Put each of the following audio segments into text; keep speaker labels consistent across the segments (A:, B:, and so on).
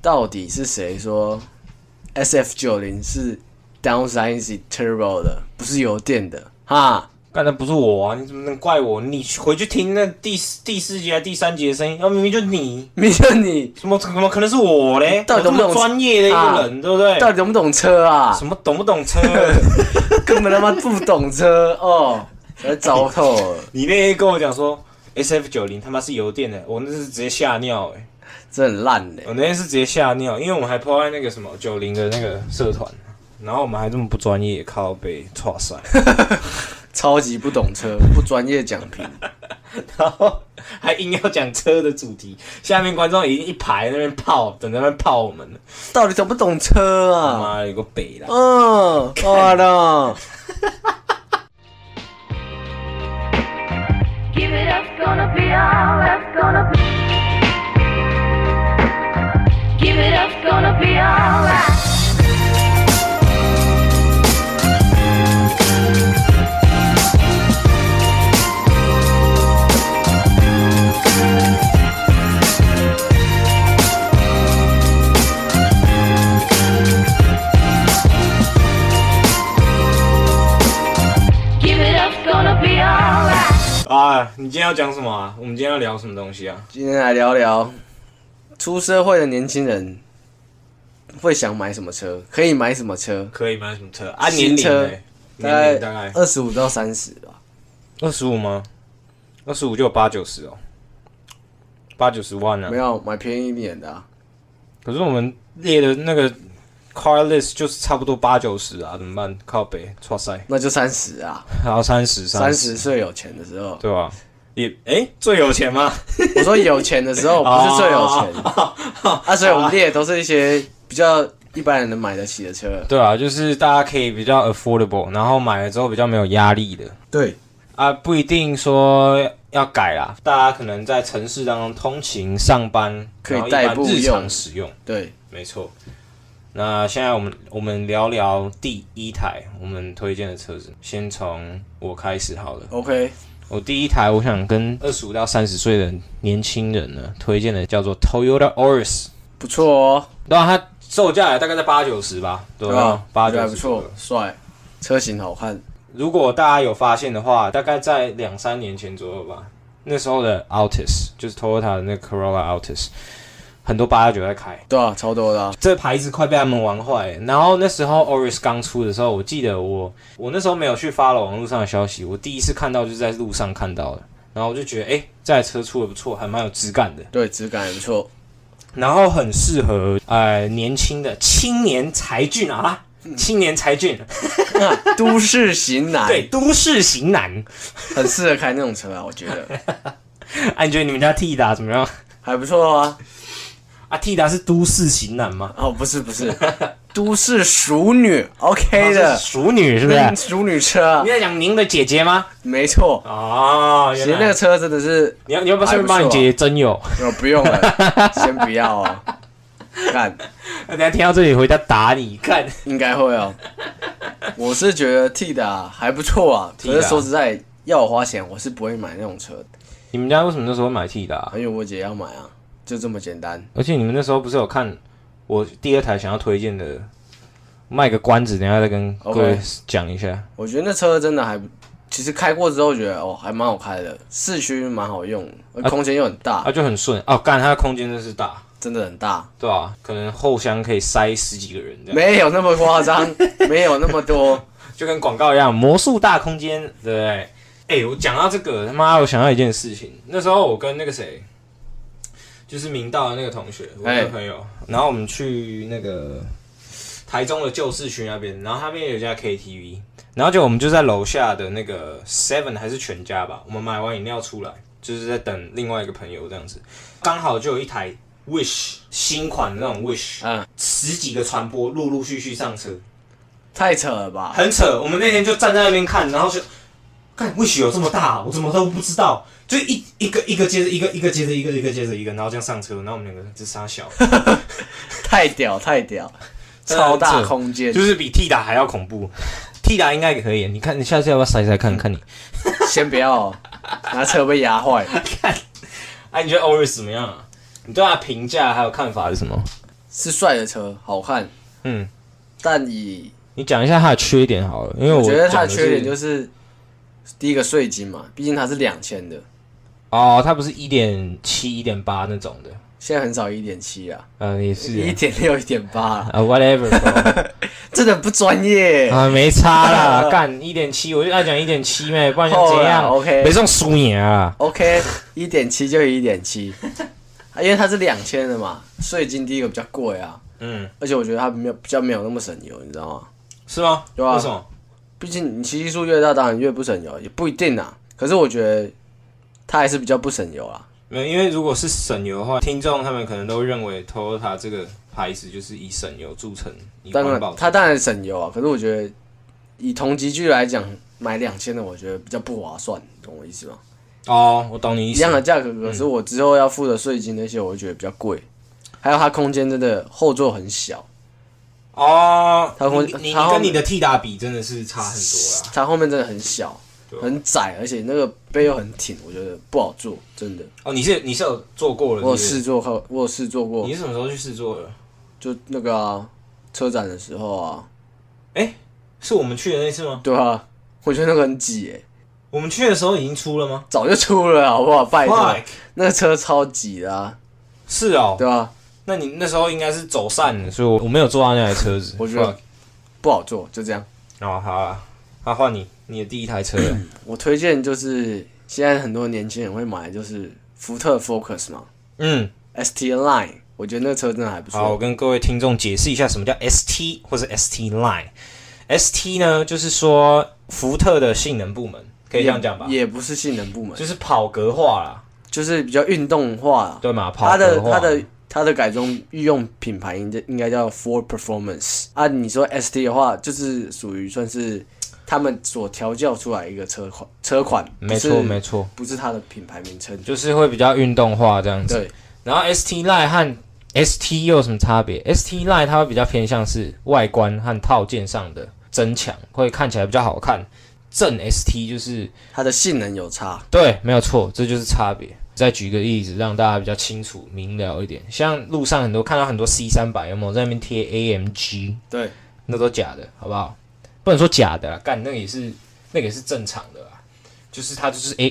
A: 到底是谁说 SF 九零是 Downsized Turbo 的，不是油电的？哈，
B: 干那不是我啊！你怎么能怪我？你去回去听那第四第四集还第三集的声音，哦那明明就你，
A: 明就你
B: 怎么怎么可能是我嘞？
A: 到底
B: 我
A: 懂
B: 这
A: 不懂
B: 么专业的一个人，对不对？
A: 到底懂不懂车啊？
B: 哎什么懂不懂 车？
A: 根本他妈不懂车哦，实在糟透了，
B: 你那天跟我讲说 S F 九零他妈是油电的，我那是直接吓尿哎、
A: 这很烂嘞、
B: 我那天是直接吓尿，因为我们还抛在那个什么九零的那个社团，然后我们还这么不专业，靠背哇塞，
A: 超级不懂车，不专业讲评，
B: 然后还硬要讲车的主题，下面观众已经一排在那边泡，等在那边泡我们了，
A: 到底懂不懂车
B: 他
A: 啊？
B: 妈的有个北啦！
A: 嗯，我的。
C: Give it up, gonna be all that's gonna be. Give it up, gonna be all that. Give it up, gonna be all that.
B: 啊，你今天要讲什么啊？我们今天要聊什么东西啊？
A: 今天来聊聊出社会的年轻人会想买什么车，可以买什么车？
B: 可以买什么车？按年
A: 新
B: 龄
A: 车
B: 嘞，年龄大概
A: 二十五到三十吧。
B: 二十五吗？二十五就有八九十哦，八九十万啊
A: 没。有买便宜一点的、啊，
B: 可是我们列的那个 car list 就是差不多八九十啊，怎么办？靠北，错塞，
A: 那就三十啊。
B: 然后三十，
A: 三十岁有钱的时候，
B: 对吧？也诶，最有钱吗？
A: 我说有钱的时 候哦不是最有钱
B: 哦
A: 啊，所以我们列的都是一些比较一般人能买得起的车。
B: 对啊，就是大家可以比较 affordable，然后买了之后比较没有压力的
A: 对，
B: 啊，不一定说要改啦。大家可能在城市当中通勤、上班，
A: 可以
B: 然后一
A: 代
B: 般
A: 步
B: 日
A: 用
B: 常使用。
A: 对，
B: 没错。那现在我们我们聊聊第一台我们推荐的车子，先从我开始好了。
A: OK，
B: 我第一台我想跟二十五到三十岁的年轻人呢推荐的叫做 Toyota Auris，
A: 不错哦，
B: 然后它售价也大概在八九十吧，对
A: 对
B: 吧
A: 吧？？
B: 八
A: 觉
B: 九
A: 得还
B: 十
A: 不
B: 左
A: 错
B: 右。，
A: 帅，车型好看，
B: 如果大家有发现的话，大概在两三年前左右吧，那时候的 Altis 就是 Toyota 的那个 Corolla Altis，很多八加九在开。
A: 对啊，超多的啊、
B: 这牌子快被他们玩坏了。然后那时候 Oris 刚出的时候，我记得我我那时候没有去发了网络上的消息，我第一次看到就是在路上看到的。然后我就觉得，哎、这台车出的不错，还蛮有质感的，
A: 对，质感也不错。
B: 然后很适合呃年轻的青年才俊啊，青年才俊，
A: 啊都市型男，
B: 对，，都市型男。
A: 很适合开那种车啊，我觉 得
B: 啊，你觉得你们家 T 达怎么样？
A: 还不错啊。
B: 啊，T 达是都市型男吗？
A: 哦，不是不 是，都市熟女，OK
B: 啊
A: 的
B: 是，熟女是不是？
A: 嗯熟女车啊
B: 你，在讲您的姐姐吗？
A: 没错。
B: 哦，
A: 其
B: 原
A: 实
B: 来
A: 那个车真的是，
B: 你要你要不要啊顺便帮
A: 还
B: 你
A: 不错
B: 姐姐征友？
A: 呃，不用了，先不要哦。看，
B: 那等一下听到这里回家打你，看
A: 应该会哦。我是觉得 T 的啊还不错啊，可
B: T
A: 是
B: 的啊
A: 说实在，要我花钱，我是不会买那种车的，
B: 你们家为什么那时候买 T 的、啊？
A: 因为我姐要买啊，就这么简单。
B: 而且你们那时候不是有看我第二台想要推荐的，卖个关子，等一下再跟各
A: OK
B: 位讲一下。
A: 我觉得那车真的还不，其实开过之后觉得哦，还蛮好开的，市区蛮好用，而空间又很大，
B: 啊，就很顺哦，干它的空间真是大，
A: 真的很大，
B: 对吧、可能后箱可以塞十几个人这样，
A: 没有那么夸张，没有那么多。
B: 就跟广告一样，魔术大空间，对不对？哎、我讲到这个，他妈，我想到一件事情，那时候我跟那个谁，就是明道的那个同学，我那
A: 哎
B: 个朋友，然后我们去那个台中的旧市区那边，然后他那边有一家 KTV，然后就我们就在楼下的那个 Seven 还是全家吧，我们买完饮料出来，就是在等另外一个朋友这样子，刚好就有一台 Wish 新款的那种 Wish，
A: 嗯，
B: 十几个传播陆陆续续上车，
A: 太扯了吧？
B: 很扯。我们那天就站在那边看，然后就看 wish 有这么大，我怎么都不知道。就一一个一个接着一个，一个接着一个，一个接着一个，然后这样上车，然后我们两个只傻 小，
A: 太屌太屌，
B: 真的很
A: 超大
B: 扯
A: 空间，
B: 就是比 T 打还要恐怖。T 打应该也可以，你看你下次要不要塞塞看看你？
A: 先不要、哦，拿车被压坏。
B: 哎、你觉得 Oris 怎么样啊？你对他的评价还有看法是什么？
A: 是帅的车，好看，
B: 嗯，
A: 但以
B: 你讲一下它的缺点好了，因为
A: 我觉得它
B: 它
A: 的缺点就是是第一个税金嘛，毕竟它是两千的，
B: 哦，它不是一点七、一点八那种的，
A: 现在很少一点七啊，
B: 嗯，也是
A: 一点六、一点八啦，
B: 啊，whatever，bro
A: 真的不专业。
B: 啊，没差 啦，干一点七，我就爱讲一点七呗，不然想
A: 好
B: 怎
A: 啦
B: 样
A: ，OK
B: 没送输赢啊，
A: OK，一点七就一点七，啊因为它是两千的嘛，税金第一个比较贵啊，
B: 嗯，
A: 而且我觉得它没有比较没有那么省油，你知道吗？
B: 是吗？
A: 对啊
B: 为什么？
A: 毕竟你骑技术越大，当然越不省油，也不一定啊。可是我觉得它还是比较不省油啦。啊
B: 没有，因为如果是省油的话，听众他们可能都认为 Toyota 这个牌子就是以省油著称，以
A: 当
B: 环保
A: 然，它当然省油啊，可是我觉得以同级距来讲，买两千的我觉得比较不划算，你懂我意思吗？
B: 哦，我懂你意
A: 一
B: 思
A: 样。的价格，可是我之后要付的税金那些，我会觉得比较贵。
B: 嗯
A: 还有它空间真的后座很小，
B: 哦，
A: 它后
B: 你你你
A: 它后
B: 跟你的 T 打比真的是差很多啦。
A: 它后面真的很小
B: 对，啊
A: 很窄，而且那个背又很挺，我觉得不好坐，真的。
B: 哦，你是你是有做过了，
A: 我有
B: 是不
A: 试
B: 是
A: 坐过，我有试坐过
B: 嗯你，是什么时候去试做的？
A: 就那个啊、车展的时候啊，
B: 是我们去的那次吗？
A: 对啊，我觉得那个很挤、欸，
B: 我们去的时候已经出了吗
A: 早就出了好不好？拜托，
B: ？Fuck，
A: 那个车超挤的、啊，
B: 是哦。
A: 对啊，
B: 那你那时候应该是走散了，所以我我没有坐到那台车子。
A: 我觉得
B: Fuck
A: 不好坐，就这样。
B: 哦，好啊，那换你，你的第一台 车了。
A: 我推荐就是现在很多年轻人会买，就是福特 Focus 嘛
B: 嗯，
A: ，ST Line，我觉得那个车真的还不
B: 好，我
A: 错。
B: 跟各位听众解释一下什么叫 ST 或者 ST Line。ST 呢，就是说福特的性能部门，可以这样讲吧，
A: 也不是性能部门，
B: 就是跑格化啦，
A: 就是比较运动化啦。
B: 对吗？跑
A: 它的
B: 格化。
A: 它的它的改装御用品牌应该应该叫 Ford Performance 啊。你说 ST 的话，就是属于算是他们所调教出来一个车款车款，
B: 没
A: 不
B: 错
A: 是
B: 没错，
A: 不是它的品牌名称。
B: 就是会比较运动化这样子。
A: 对，
B: 然后 ST Line 和 ST 又有什么差别？ST Line 它会比较偏向是外观和套件上的增强，会看起来比较好看。正 ST 就是
A: 它的性能有差。
B: 对，没有错，这就是差别。再举个例子，让大家比较清楚明了一点。像路上很多看到很多 C 三百，有没有在那边贴 AMG？
A: 对，
B: 那都假的，好不好？不能说假的啦，干那个也是那个也是正常的啦。就是它就是 A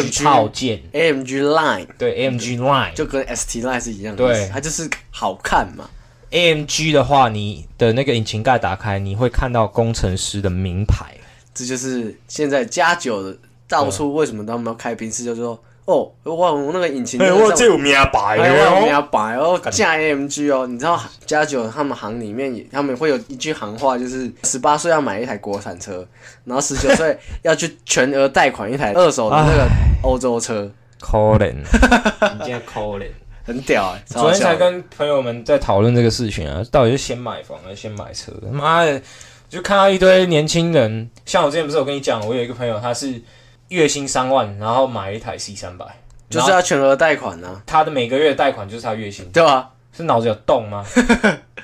A: AMG
B: AMG 套件，
A: AMG Line
B: 对 AMG Line
A: 就跟 ST Line 是一样的意思，
B: 对
A: 它就是好看嘛。
B: AMG 的话，你的那个引擎盖打开，你会看到工程师的名牌。
A: 这就是现在加九的到处为什么他们要开宾士，就是说哦，哇，哎我那个引擎 真的是，
B: 有名牌
A: 哎我们要摆哦，加 AMG 哦，你知道加九他们行里面也他们会有一句行话，就是十八岁要买一台国产车，然后十九岁要去全额贷款一台二手的那个欧洲车，
B: 可怜，你今天可怜。
A: 很屌哎、超
B: 昨
A: 好
B: 天
A: 笑
B: 才
A: 的
B: 跟朋友们在讨论这个事情啊，到底是先买房还是先买车？妈的，就看到一堆年轻人，像我之前不是有跟你讲，我有一个朋友，他是月薪三万，然后买一台 C 三百，
A: 就是要全额贷款啊，
B: 他的每个月贷款就是他月薪，
A: 对吧？
B: 是脑子有 洞吗？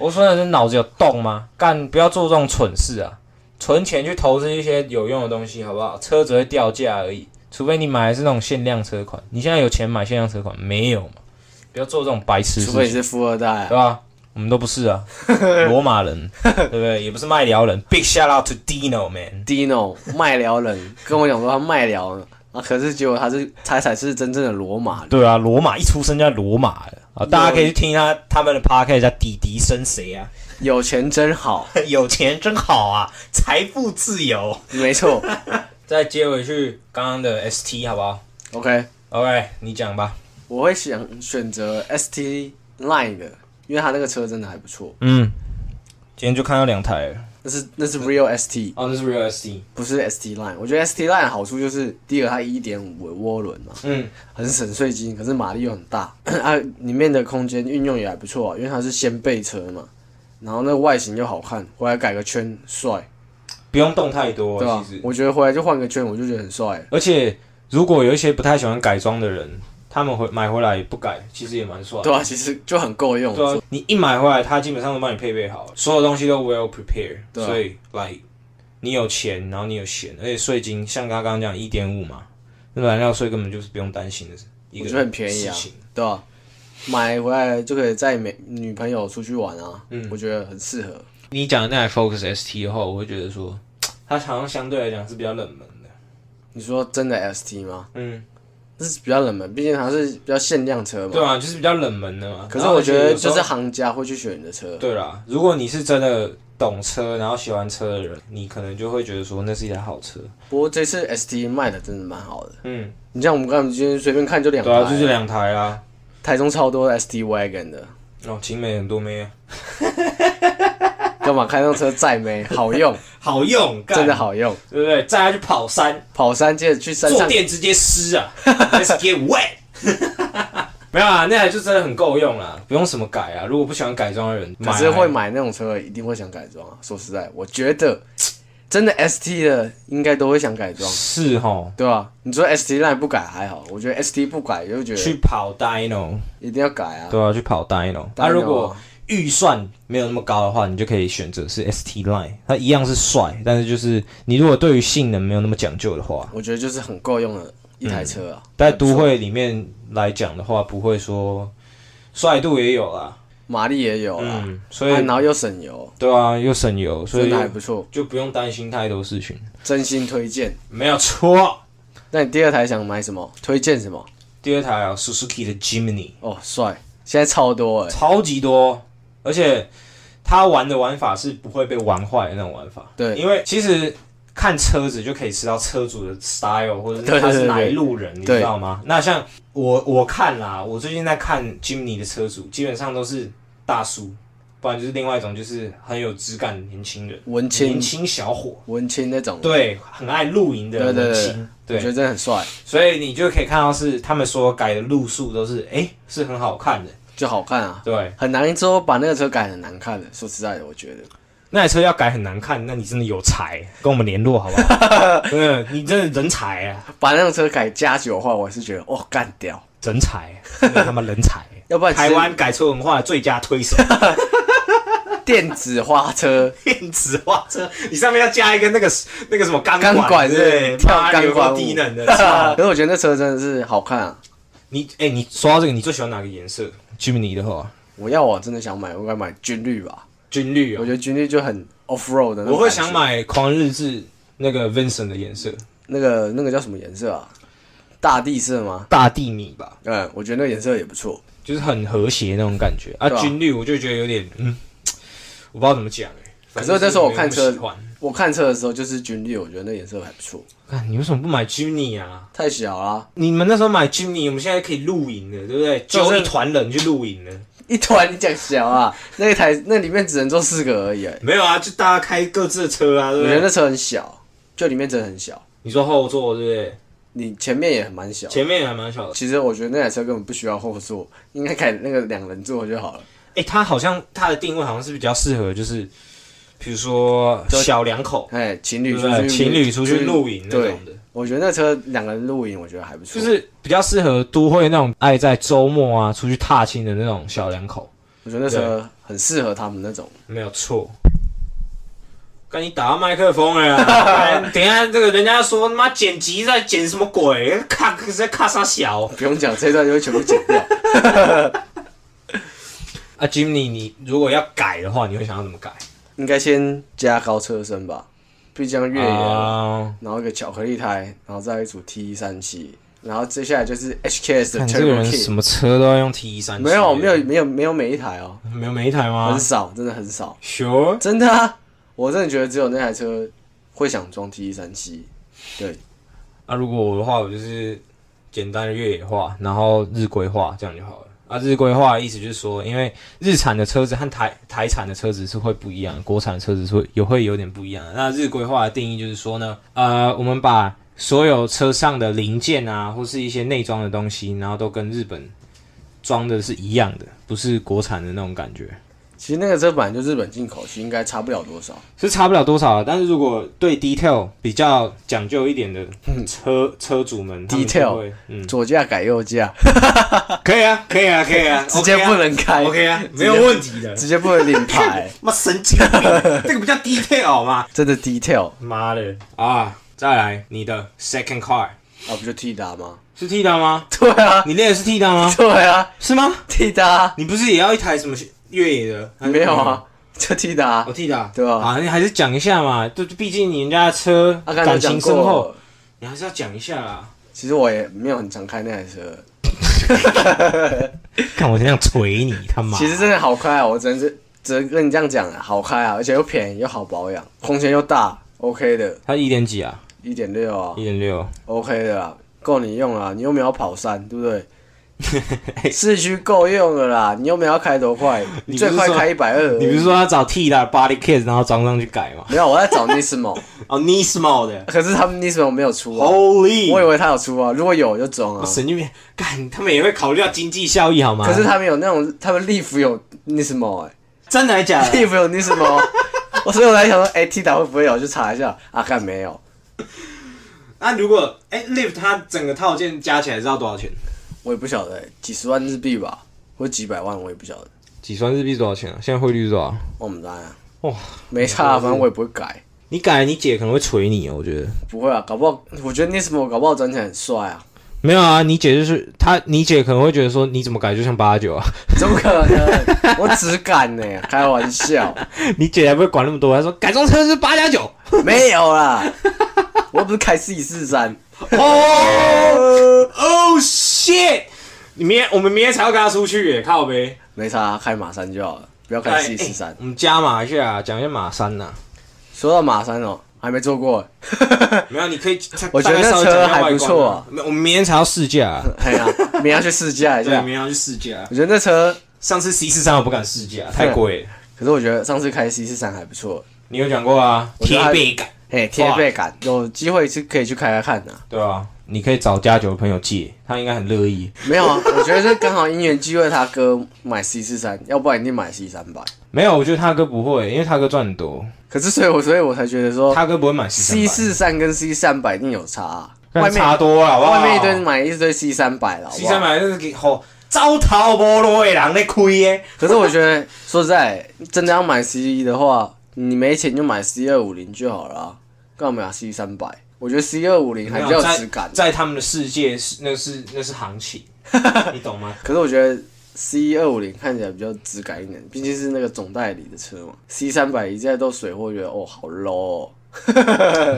B: 我说的是脑子有洞吗？干，不要做这种蠢事啊！存钱去投资一些有用的东西，好不好？车只会掉价而已，除非你买的是那种限量车款。你现在有钱买限量车款没有嘛？不要做这种白痴事
A: 除非你
B: 情，
A: 是富二代啊
B: 对。吧？我们都 不是啊，罗马人，对不对？也不是麦寮人。Big shout out to Dino man。
A: Dino 卖聊人 跟我讲说他卖聊了啊，可是结果他是才才是真正的罗马人，
B: 对啊，罗马一出生就在罗马了啊！大家可以去听他他们的 podcast，叫弟弟生谁啊？
A: 有钱真好，
B: 有钱真好啊，财富自由。
A: 没错。
B: 再接回去刚刚的 ST 好不好
A: OK，
B: ？OK，你讲吧。
A: 我会想选择 ST Line 的，因为他那个车真的还不错，
B: 嗯，今天就看到两台了。
A: 那是那是 Real ST，
B: 哦，那是 Real ST。
A: 不是 ST Line。我觉得 ST Line 的好处就是第一个它一点五涡轮嘛，
B: 嗯，
A: 很省税金，可是马力又很大， 啊，里面的空间运用也还不错、啊，因为它是掀背车嘛，然后那个外形又好看，回来改个圈帅，
B: 不用动太多，
A: 对吧、啊
B: 其实。
A: 我觉得回来就换个圈，我就觉得很帅了。
B: 而且，如果有一些不太喜欢改装的人，他们回买回来不改，其实也蛮帅。
A: 对啊，其实就很够用。
B: 哦对啊，你一买回来，他基本上都帮你配备好了，所有东西都 well prepared，、
A: 啊对啊
B: 所以 like 你有钱，然后你有闲，而且税金像他刚刚讲一点五嘛，那燃料税根本就是不用担心的一
A: 我
B: 个
A: 觉得很便宜啊
B: 事情
A: 对啊，买回来就可以带美女朋友出去玩啊，
B: 嗯
A: 我觉得很适合。
B: 你讲的那台 Focus ST 后，我会觉得说，它好像相对来讲是比较冷门的。
A: 你说真的 ST 吗？
B: 嗯，
A: 这是比较冷门，毕竟它是比较限量车嘛。
B: 对啊，就是比较冷门的嘛。
A: 可是
B: 然后
A: 我觉得
B: 有时
A: 就
B: 候
A: 是行家会去选你的车，
B: 对啦，如果你是真的懂车，然后喜欢车的人，你可能就会觉得说那是一台好车。
A: 不过这次 ST 卖的真的蛮好的。
B: 嗯，
A: 你像我们刚才今天随便看就两台，
B: 对啊，就是两台啊。
A: 台中超多 ST wagon 的，
B: 哦，景美很多妹啊，
A: 干嘛开上车载没？好 用，
B: 好用，干
A: 真的，好用。
B: 对不对？载它去跑山，
A: 跑山接着去山
B: 坐
A: 上，
B: 垫直接湿啊 ，Let's get wet 。没有啊，那台就真的很够用啦，不用什么改啊。如果不喜欢改装的人，
A: 可是会
B: 买
A: 买那种车的一定会想改装啊。说实在，我觉得真的 ST 的应该都会想改装，
B: 是吼，
A: 对吧、你说 ST 那不改还好，我觉得 ST 不改就觉
B: 去
A: 得
B: 跑 Dino，
A: 一定要改啊。
B: 对啊，去跑 Dino。那、
A: Dino
B: 如果预算没有那么高的话，你就可以选择是 ST Line，它一样是帅，但是就是你如果对于性能没有那么讲究的话，
A: 我觉得就是很够用的一台车啊。
B: 在
A: 还不错
B: 都会里面来讲的话，不会说帅度也有啦，
A: 马力也有啦，
B: 嗯，所以、
A: 啊然后又省油，
B: 对啊，又省油，所
A: 真
B: 以
A: 的还不错，
B: 就不用担心太多事情，
A: 真心推荐。
B: 没有错。
A: 那你第二台想买什么？推荐什么？
B: 第二台啊，Suzuki 的 Jimny
A: 哦，帅，现在超多哎、
B: 超级多，而且他玩的玩法是不会被玩坏的那种玩法。
A: 对
B: 因为其实看车子就可以知道车主的 style 或者
A: 对对
B: 是他是
A: 对
B: 哪一
A: 对
B: 路人，你
A: 对
B: 知道吗？那像我我看啦，我最近在看 Jimny 的车主，基本上都是大叔，不然就是另外一种就是很有质感的年轻人，
A: 文青
B: 年轻小伙，
A: 文青那种，
B: 对，很爱露营的
A: 对对
B: 文
A: 对
B: 青，
A: 我觉
B: 对，
A: 得真的很帅，
B: 所以你就可以看到是他们所改的路数都是诶，是很好看的，
A: 就好看啊。
B: 对。
A: 很难说把那个车改得很难看的，说实在的，我觉得
B: 那台车要改很难看，那你真的有才，跟我们联络好 不好？真的，你真的人才啊，
A: 把那个车改加九的话，我是觉得哇干掉，
B: 人才，真的他妈人才。
A: 要不然其实
B: 台湾改车文化的最佳推手，
A: 电子花车
B: 电子化车，你上面要加一个那个那个什么钢
A: 钢管
B: 管，
A: 是
B: 对，
A: 跳
B: 妈
A: 钢
B: 有
A: 管
B: 够
A: 舞
B: 低 能的。
A: 可
B: 操
A: 是我觉得那车真的是好看啊！
B: 你哎、你说到这个，你最喜欢哪个颜色？Jimny 的话，
A: 我要我真的想买，我应该买军绿吧，
B: 军绿
A: 我
B: 啊、
A: 觉得军绿就很 off road 的那种感觉。
B: 我会想买狂人日志那个 Vincent 的颜色，
A: 那个那个叫什么颜色啊？大地色吗？
B: 大地米吧，
A: 嗯，我觉得那个颜色也不错。
B: 就是很和谐那种感觉啊。
A: 对啊
B: 军绿我就觉得有点，嗯，我不知道怎么讲、欸、
A: 可
B: 反
A: 是
B: 正
A: 那时候我看
B: 没有
A: 车
B: 那么喜欢，
A: 我看车的时候就是军绿，我觉得那颜色还不错。
B: 看你为什么不买 Jimny 啊？
A: 太小啦，
B: 你们那时候买 Jimny，我们现在可以露营了，对不对？
A: 就是
B: 就一团人去露营了。
A: 一团你讲小啊，那一台那里面只能坐四个而已、欸。
B: 没有啊，就大家开各自的车啊，对
A: 我
B: 不
A: 觉得
B: 对？
A: 那车很小，就里面真的很小，
B: 你说后座对不对？
A: 你前面也很蛮小。
B: 前面也还蛮小的。
A: 其实我觉得那台车根本不需要后座，应该改那个两人座就好了。
B: 哎、它好像它的定位好像是比较适合，就是比如说
A: 就
B: 小两口，
A: 哎，情侣
B: 对
A: 出
B: 不对？
A: 去
B: 情侣出去露营那
A: 对
B: 种，的，
A: 我觉得那车两人露营，我觉得还不错。
B: 就是比较适合都会那种爱在周末啊出去踏青的那种小两口。
A: 我觉得那车很适合他们那种。
B: 没有错。跟你打到麦克风了啦， 等一下这个人家说他妈剪辑在剪什么鬼？卡可是在卡啥小
A: 不用讲，这一段就会全部剪掉。
B: 啊？Jimmy，你如果要改的话，你会想要怎么改？
A: 应该先加高车身吧，毕竟越野啊
B: 啊，
A: 然后一个巧克力胎，然后再一组 T 三七，然后接下来就是 HKS 的
B: 看这个
A: Turbo
B: 人什
A: K。
B: 么车都要用 T 三，
A: 没有没有没有没有每一台哦，
B: 没有每一台吗
A: 很少，真的很少，
B: ？Sure，
A: 真的啊！我真的觉得只有那台车会想装 T 三七，对，
B: 啊，如果我的话，我就是简单的越野化，然后日规化这样就好了。啊，日规化的意思就是说，因为日产的车子和台台产的车子是会不一样，国产的车子是会也会有点不一样的。那日规化的定义就是说呢，呃，我们把所有车上的零件啊，或是一些内装的东西，然后都跟日本装的是一样的，不是国产的那种感觉。
A: 其实那个车本来就日本进口，其实应该差不了多少。
B: 是差不了多少，但是如果对 detail 比较讲究一点的嗯车、车主们他们就
A: Detail
B: 会嗯，
A: 左驾改右 驾，
B: 可以啊，可以啊，可以 啊，
A: 直接
B: OK 啊
A: 不能开
B: OK 啊，
A: 直接
B: 没有问题的。
A: 直接不能领 牌，
B: 妈神经病，这个比较 detail 嘛。
A: 真的 detail。
B: 妈的啊！再来你的 second car，
A: 啊，不就 T 打吗？
B: 是 T 达吗？
A: 对啊，
B: 你练的是 T 达吗？
A: 对啊
B: 是吗？
A: ，T 打
B: 你不是也要一台什么越野的？还是
A: 没有？啊，
B: 嗯
A: 就 T 打
B: 我，T 达，
A: 对啊
B: 啊，你还是讲一下嘛，就毕竟你人家的车
A: 啊，刚才
B: 感
A: 讲
B: 情深厚
A: 过，，
B: 你还是要讲一下啦。
A: 其实我也没有很常开那台车，
B: 看我这样捶你，他妈
A: 其实真的好开啊，我真是只能跟你这样讲啊，好开啊，而且又便宜又好保养，空间又大，OK 的，
B: 他一点几啊？
A: 一点六啊
B: 一点六。
A: ，OK 的啦，够你用啦，你又没有跑山，对不对？市区够用了啦，你又没有要开多快，
B: 你不是
A: 最快开一百二。
B: 你不是说要找 T 达 body kit，然后装上去改吗？
A: 没有？我在找 Nismo，
B: 哦，Nismo 的
A: 可是他们 Nismo 没有出啊。
B: ，Holy，
A: 我以为他有出啊，如果有就装啊。
B: 神经病，干，他们也会考虑到经济效益好吗？
A: 可是他们有那种，他们利福有 Nismo 哎、
B: 真的还假
A: 利
B: 的？
A: 福有 Nismo，我 所以我才想说，哎、t 打会不会有？我去查一下，啊，看没有，
B: 那如果哎，Live 它整个套件加起来是要多少钱？
A: 我也不晓得、哎几十万日币吧，或几百万，我也不晓得，
B: 几万日币多少钱啊？现在汇率是多少？
A: 我们当然啊
B: 哇，
A: 没差、啊，反正我也不会改，
B: 你改，你姐可能会捶你哦，我觉得。
A: 不会啊，搞不好，我觉得 Nismo 搞不好转起来很帅啊，
B: 没有啊，你姐就是她，你姐可能会觉得说你怎么改就像八九啊，
A: 怎么可能？我只敢呢、开玩 笑，
B: 你姐还不会管那么多，她说改装车是八加 九。
A: 没有啦，我又不是开 C 四三，
B: 哦哦 shit！你明天我们明天才要跟她出去耶，靠呗。
A: 没差啊、开马三就好了，不要开 C 四
B: 哎
A: 三
B: 哎。我们加码一下，讲一下马三啊呐、
A: 说到马三哦，还没坐过，
B: 没有，你可以，
A: 我觉得那车还不错啊
B: 大概稍微讲一下外观啊。没有我们明天才要试驾、啊，
A: 哎呀，明天要去试驾一
B: 对，
A: 下
B: 明。天要去试驾、
A: 我觉得那车，
B: 上次 C 四三我不敢试
A: 啊
B: 驾，啊太贵了。
A: 可是我觉得上次开 C 四三还不错，
B: 你有讲过啊，
A: 我觉
B: 贴
A: 得它
B: 背感，
A: 嘿，贴背感，有机会是可以去开开看的、
B: 对啊，你可以找加九的朋友借，他应该很乐意。
A: 没有 啊，我觉得是刚好因缘机会，他哥买 C 四三，要不然一定买 C 三百。
B: 没有，我觉得他哥不会，因为他哥赚很多，
A: 可是所以我所以我才觉得说
B: 他哥不会买
A: C
B: C
A: 四三跟 C 三百一定有差啊、外
B: 但
A: 面
B: 差多了，好不好
A: 外面一堆买一堆 C 三百了，好
B: C
A: 不好
B: 三百那是给吼糟蹋菠萝的人在亏耶。
A: 可是我觉得说实在，真的要买 C 一的话，你没钱就买 C 二五零就好了啊，干嘛买 C 三百？我觉得 C 二五零还比较有质感。
B: 在他们的世界是那是那是 行情，你懂吗？
A: 可是我觉得 C 二五零看起来比较质感一点，毕竟是那个总代理的车嘛。C 三百一再都水货，觉得哦好 low、哦。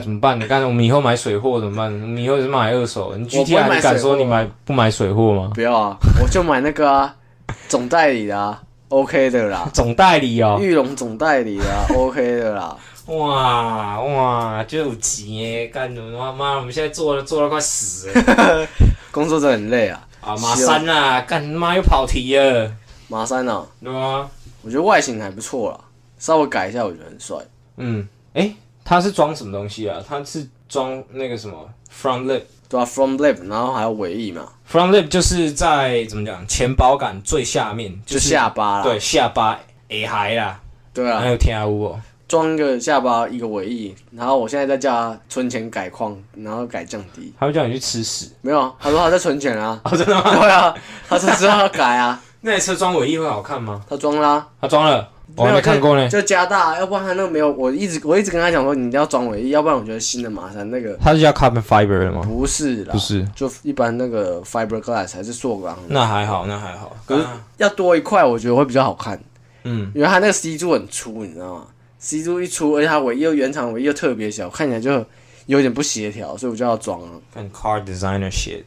B: 怎么办？你看我们以后买水货怎么办？我们以后是买二手，你
A: 我不会
B: GTR
A: 买
B: 你敢
A: 水货
B: 说你买不买水货吗？
A: 不要啊，我就买那个啊， 总代理的啊，OK 的啦，
B: 总代理哦，
A: 玉龙总代理的啊，OK 的啦。
B: 哇哇，就有钱耶！干什么？妈，我们现在做了做到快死 了
A: 工作真的很累啊，
B: 啊！马三啊，干妈又跑题了，
A: 马三啊，
B: 对吗？
A: 我觉得外形还不错啦，稍微改一下我觉得很帅。
B: 嗯，诶、它是装什么东西啊？它是装那个什么 front lip。
A: 对啊，From Lab，然后还有尾翼嘛，
B: Front lip 就是在怎么讲，前保杆最下面，
A: 就是下巴啦。
B: 对下巴 A 嗨啦，
A: 对
B: 还
A: 啊，
B: 有天涯屋哦。
A: 装一个下巴，一个尾翼，然后我现在在叫他存钱改框，然后改降低。
B: 他会叫你去吃屎。。
A: 没有啊，他说他在存钱啊
B: 哦，真的吗？
A: 对啊，他说之后要改 啊，
B: 那台车装尾翼会好看吗？
A: 他装啦。
B: 他装了，我还
A: 有
B: 没看过呢。
A: 就就加大，要不然他那个没有。我一直我一直跟他讲说，你一定要装尾翼，要不然我觉得新的马三那个
B: 它是叫 carbon fiber 的吗？
A: 不是啦，
B: 不是
A: 就一般那个 fiberglass 还是塑钢，
B: 那还好，那还好。啊
A: 可是要多一块，我觉得会比较好看。
B: 嗯，
A: 因为它那个 C 柱很粗，你知道吗？C 柱一粗，而且它尾翼又原厂尾翼又特别小，看起来就有点不协调，所以我就要装啊。
B: 看 car designer shit。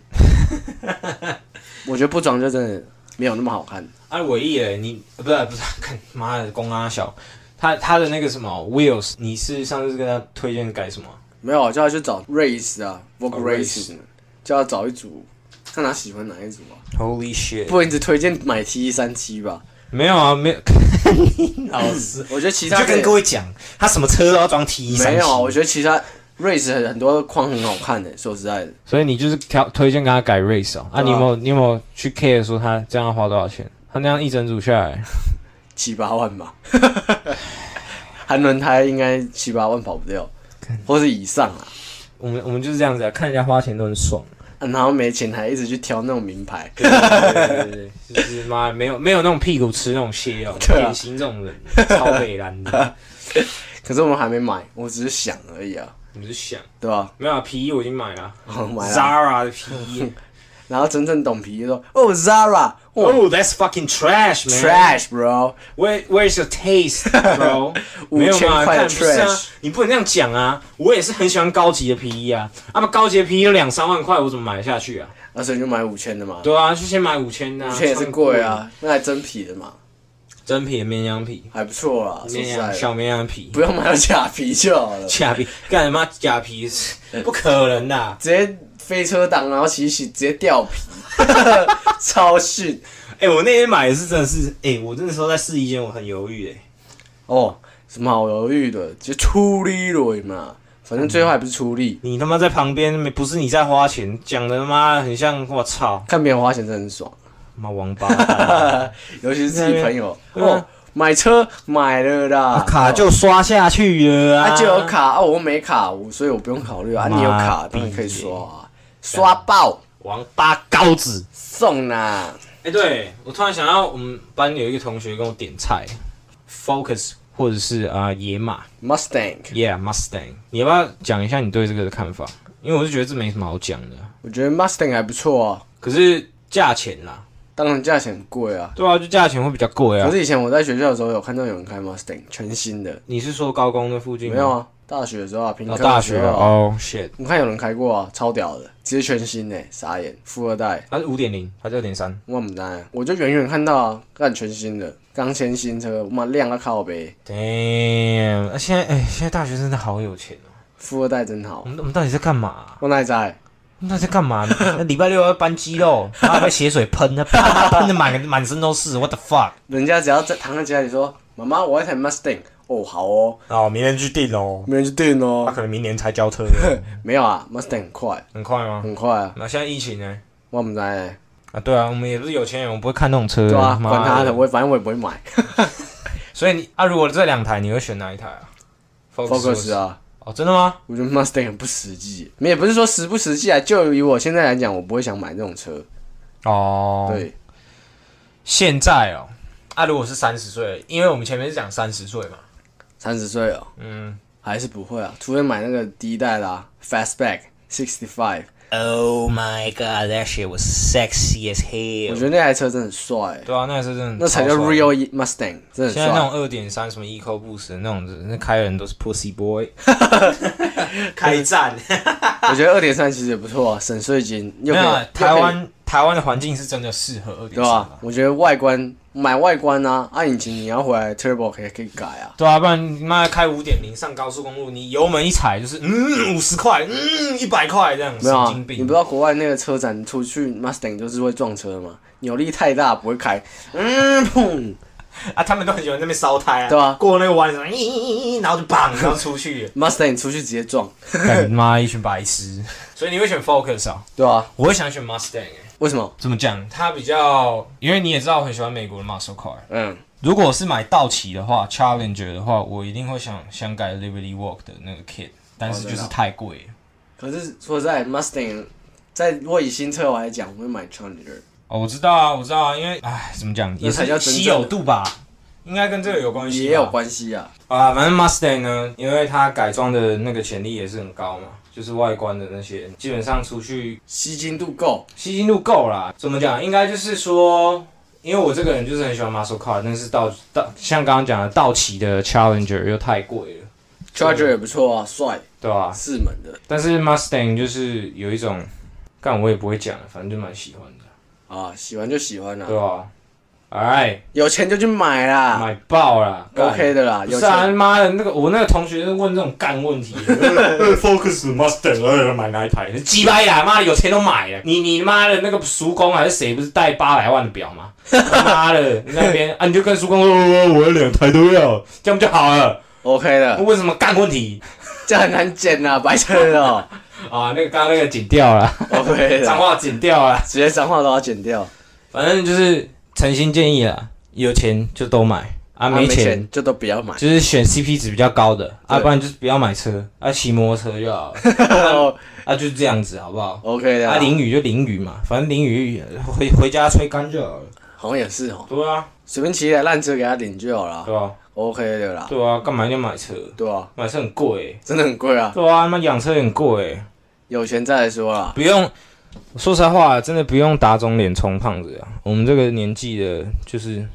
A: 我觉得不装就真的没有那么好看。
B: 啊，尾翼嘞，你呃不是不是， 看妈的公阿小，他他的那个什么 wheels，你是上次跟他推荐改什么？
A: 没有，叫他去找 Race 啊 v o g
B: 哦
A: u Race，叫他找一组，看他喜欢哪一组啊。
B: Holy shit！
A: 不然你只推荐买 T 三七吧。
B: 没有啊，没有。 老师，
A: 我觉得其
B: 你
A: 他
B: 就跟各位讲，他什么车都要装 T E 三。
A: 没有啊，我觉得其他 Race 很很多框很好看的、说实在的，
B: 所以你就是挑推荐给他改 race 哦。
A: 对啊
B: 啊，你有没有你有没有去 care 说他这样要花多少钱？他那样一整组下来，
A: 七八万吧。 含轮胎应该七八万跑不掉，或是以上啊。
B: 我们我们就是这样子啊，看人家花钱都 很爽。
A: 啊然后没钱还一直去挑那种名牌，
B: 对对对，就是妈没有没有那种屁股吃那种蟹肉，
A: 对啊
B: 典型这种人，超北蓝的。
A: 可是我们还没买，我只是想而已啊。
B: 你是想
A: 对 吧？
B: 没有啊？皮衣我已经买了
A: 哦买了哦
B: ，Zara 的皮衣。
A: 然后真正懂皮就说，哦，Zara，哦
B: Oh, that's fucking trash, man.
A: ，trash bro，
B: Where Where's your taste, bro？
A: 五
B: 没有
A: 千
B: 嘛，
A: 块的
B: 看不是啊
A: trash，
B: 你不能这样讲啊！我也是很喜欢高级的皮衣啊，啊嘛高级的皮衣有两三万块，我怎么买得下去 啊？
A: 那所以你就买五千的嘛，
B: 对啊，就先买五千的、啊，
A: 五千也是
B: 超
A: 贵，啊，那还真皮的嘛，
B: 真皮的绵羊皮，
A: 还不错啦，说
B: 绵
A: 实
B: 羊
A: 在的，
B: 小绵羊皮，
A: 不用买到假皮就好了，直
B: 假皮，干什么假皮？不可能的、
A: 接飞车党，然后洗洗直接掉皮， 超逊
B: 哎、我那天买的是真的是，哎、我那时候在试衣间，我很犹豫哎、
A: 哦，什么好犹豫的，就出力了嘛，反正最后还不是出力，
B: 你他妈在旁边，没不是你在花钱，讲的他妈很像，我操，
A: 看别人花钱真的很爽，
B: 妈王八蛋，
A: 尤其是自己朋友
B: 对啊
A: 哦，买车买了啦，
B: 卡就刷下去了啊，
A: 啊，就有卡哦，我没卡，我所以我不用考虑啊。
B: 妈
A: 你有卡，当然可以刷啊，刷爆
B: 王八羔子。
A: 送啦！
B: 哎、对我突然想到，我们班有一个同学跟我点菜，Focus 或者是啊、呃野马
A: Mustang，
B: ，Yeah Mustang，你要不要讲一下你对这个的看法？因为我是觉得这没什么好讲的，
A: 我觉得 Mustang 还不错啊，
B: 可是价钱啦，
A: 当然价钱很贵啊。
B: 对啊，就价钱会比较贵啊
A: 可。是以前我在学校的时候有看到有人开 Mustang，全新的，
B: 你是说高工那附近吗
A: 没有？啊？大学的时候啊，平
B: 哦，
A: 科
B: 大
A: 的
B: 学
A: 时候啊，
B: 哦，shit，
A: 我看有人开过啊，超屌的，直接全新诶，傻眼，富二代，
B: 它是五点零，它是二点三。
A: 我们单，啊我就远远看到啊，干全新的，刚签新车，妈亮到靠背，
B: Damn！啊，现在哎、现在大学生真的好有钱哦、
A: 富二代真好
B: 我，们我们到底在干嘛啊、
A: 我哪在？
B: 我们到底在干 嘛？那礼拜六要搬肌肉，然后被血水喷，那啪喷的满满身都是。What the fuck！
A: 人家只要在躺在家里说：“妈妈，我要一台 Mustang。”哦，好哦，
B: 哦，明天去订哦。
A: 没人去订哦。
B: 可能明年才 交车，
A: 没有啊，Mustang 很快，
B: 很快吗？
A: 很快啊，
B: 那现在疫情呢？
A: 我们在、欸，
B: 啊，对啊，我们也不是有钱人，我们不会看那种车。
A: 对啊，
B: 妈
A: 管他的，我也反正我也不会买
B: 所以你啊，如果这两台，你会选哪一台啊
A: Focus。啊。
B: 哦，真的吗？
A: 我觉得 Mustang 很不实际，也不是说实不实际啊，就以我现在来讲，我不会想买这种车。
B: 哦，，
A: 对，
B: 现在哦，啊，如果是三十岁，因为我们前面是讲三十岁嘛，
A: 三十岁哦，
B: 嗯，
A: 还是不会啊，除非买那个第一代啦，Fastback sixty five，
B: Oh my god, that shit was sexy as
A: 我
B: hell
A: 觉得那台车真的很帅欸、
B: 对啊，那个是真的，
A: 那才叫。real 啊 Mustang，真的很
B: 现在那种
A: 帅。
B: 二点三什么 Eco Boost 那种，那开的人都是 Pussy Boy。开战，
A: 我觉得二点三其实也不错啊，省税金又可以
B: 啊没有
A: 又
B: 啊
A: 可以
B: 台湾台湾的环境是真的适合二点
A: 对
B: 三
A: 吧、
B: 啊。
A: 我觉得外观买外观啊，按引擎你要回来 turbo 可以可以改啊。
B: 对啊，不然你妈开五点零上高速公路，你油门一踩就是嗯五十块，嗯一百块这样，
A: 没有
B: 神
A: 啊，
B: 经
A: 你
B: 病。
A: 不知道国外那个车展出去 Mustang 就是会撞车嘛，扭力太大不会开，嗯砰
B: 啊？他们都很喜欢在那边烧胎啊，
A: 对啊。
B: 过那个弯的时候，咦咦咦咦然后就砰，然后出去
A: ，Mustang 出去直接撞，
B: 干妈一群白痴，所以你会选 Focus 啊？
A: 对啊，
B: 我会想选 Mustang 欸
A: 为什么？
B: 怎么讲？它比较，因为你也知道我很喜欢美国的 muscle car。
A: 嗯，
B: 如果是买道奇的话，Challenger 的话，我一定会想想改 Liberty Walk 的那个 kit，但是就是太贵了。
A: 可是说实在 Mustang 在如果以新车我来讲，我会买 Challenger，
B: 哦，我知道啊，我知道啊，因为唉，怎么讲，也
A: 那才叫
B: 是
A: 真正的
B: 稀有度吧，应该跟这个有关系吧。
A: 也有关系啊。
B: 啊，反正 Mustang 呢，因为它改装的那个潜力也是很高嘛，就是外观的那些，基本上出去
A: 吸金度够，
B: 吸睛度够啦。怎么讲？应该就是说，因为我这个人就是很喜欢 muscle car，但是道道像刚刚讲的道奇的 Challenger 又太贵了，
A: Charger 也不错啊，帅，
B: 对吧、
A: 四门的
B: 但是 Mustang 就是有一种，干我也不会讲了，反正就蛮喜欢的，
A: 啊，喜欢就喜欢啦、
B: 对吧、Alright，
A: 有钱就去买啦
B: 买爆啦干
A: ，OK 的啦，
B: 不
A: 有
B: 是啊，
A: 钱
B: 妈的，那个我那个同学就问这种干问题呃，Focus Mustang，呃，买哪一台？鸡掰啦，啊妈的，有钱都买了。你你妈的那个叔公还是谁，不是带八百万的表 吗？妈的，你那边啊，你就跟叔公说，呃我有两台都要，这样不就好了？
A: ，OK 的。
B: 为什么干问题
A: 这很难剪啊， 白痴哦、
B: 啊？那个刚刚那个剪掉了，
A: OK
B: 脏
A: 的，
B: 话剪掉了，
A: 直接脏话都要剪掉。
B: 反正就是诚心建议啦，有钱就都买啊，没钱
A: 钱就都不要买。
B: 就是选 CP 值比较高的，啊，
A: 对
B: 不然就是不要买车，啊，骑摩托车就好了，
A: 哦
B: 啊，就是这样子，好不好？
A: OK 的
B: 啊，
A: 啊，
B: 淋雨就淋雨嘛，反正淋雨呃回回家吹干就好了。
A: 好像也是哦。
B: 对啊，
A: 随便骑一台烂车给他领就好了
B: 对吧、
A: ，OK 的啦。
B: 对啊，干嘛一定要买车？
A: 对啊，
B: 买车很贵、
A: 真的很贵啊，
B: 对啊，他妈养车很贵、
A: 有钱再来说啦。
B: 不用。说实话，真的不用打肿脸充胖子啊！我们这个年纪的，就是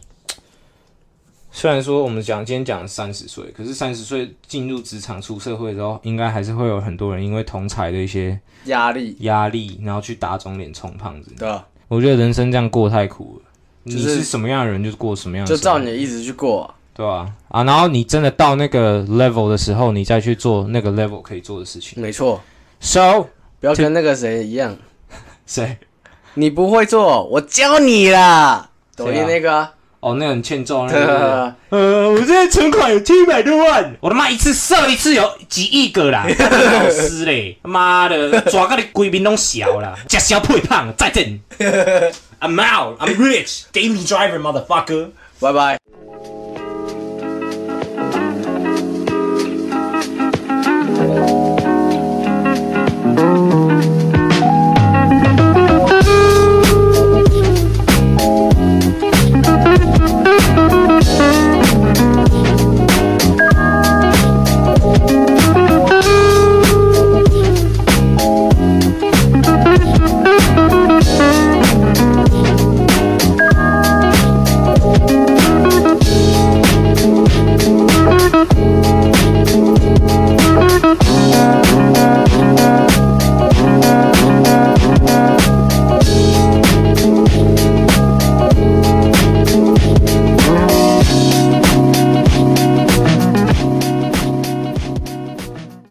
B: 虽然说我们讲今天讲三十岁，可是三十岁进入职场、出社会之后，应该还是会有很多人因为同才的一些
A: 压力，
B: 压力，然后去打肿脸充胖子。
A: 对啊，
B: 我觉得人生这样过太苦了。
A: 就是
B: 你是什么样的人，嗯就是过什么样的
A: 就
B: 生活，
A: 照你的意思去过啊、
B: 对吧、啊？然后你真的到那个 level 的时候，你再去做那个 level 可以做的事情。
A: 没错，
B: So
A: 不要跟那个谁一样，
B: 谁？
A: 你不会做，我教你啦。抖音那个啊、
B: 哦，那个很欠揍，那个是不 是。
A: 呵
B: 呃，我现在存款有七百多万，我他妈一次射一次有几亿 个啦！他是老师嘞，妈的，抓个你贵宾都小啦，假小配胖，再见。I'm out, I'm rich, daily driver motherfucker。
A: 拜拜。
C: Give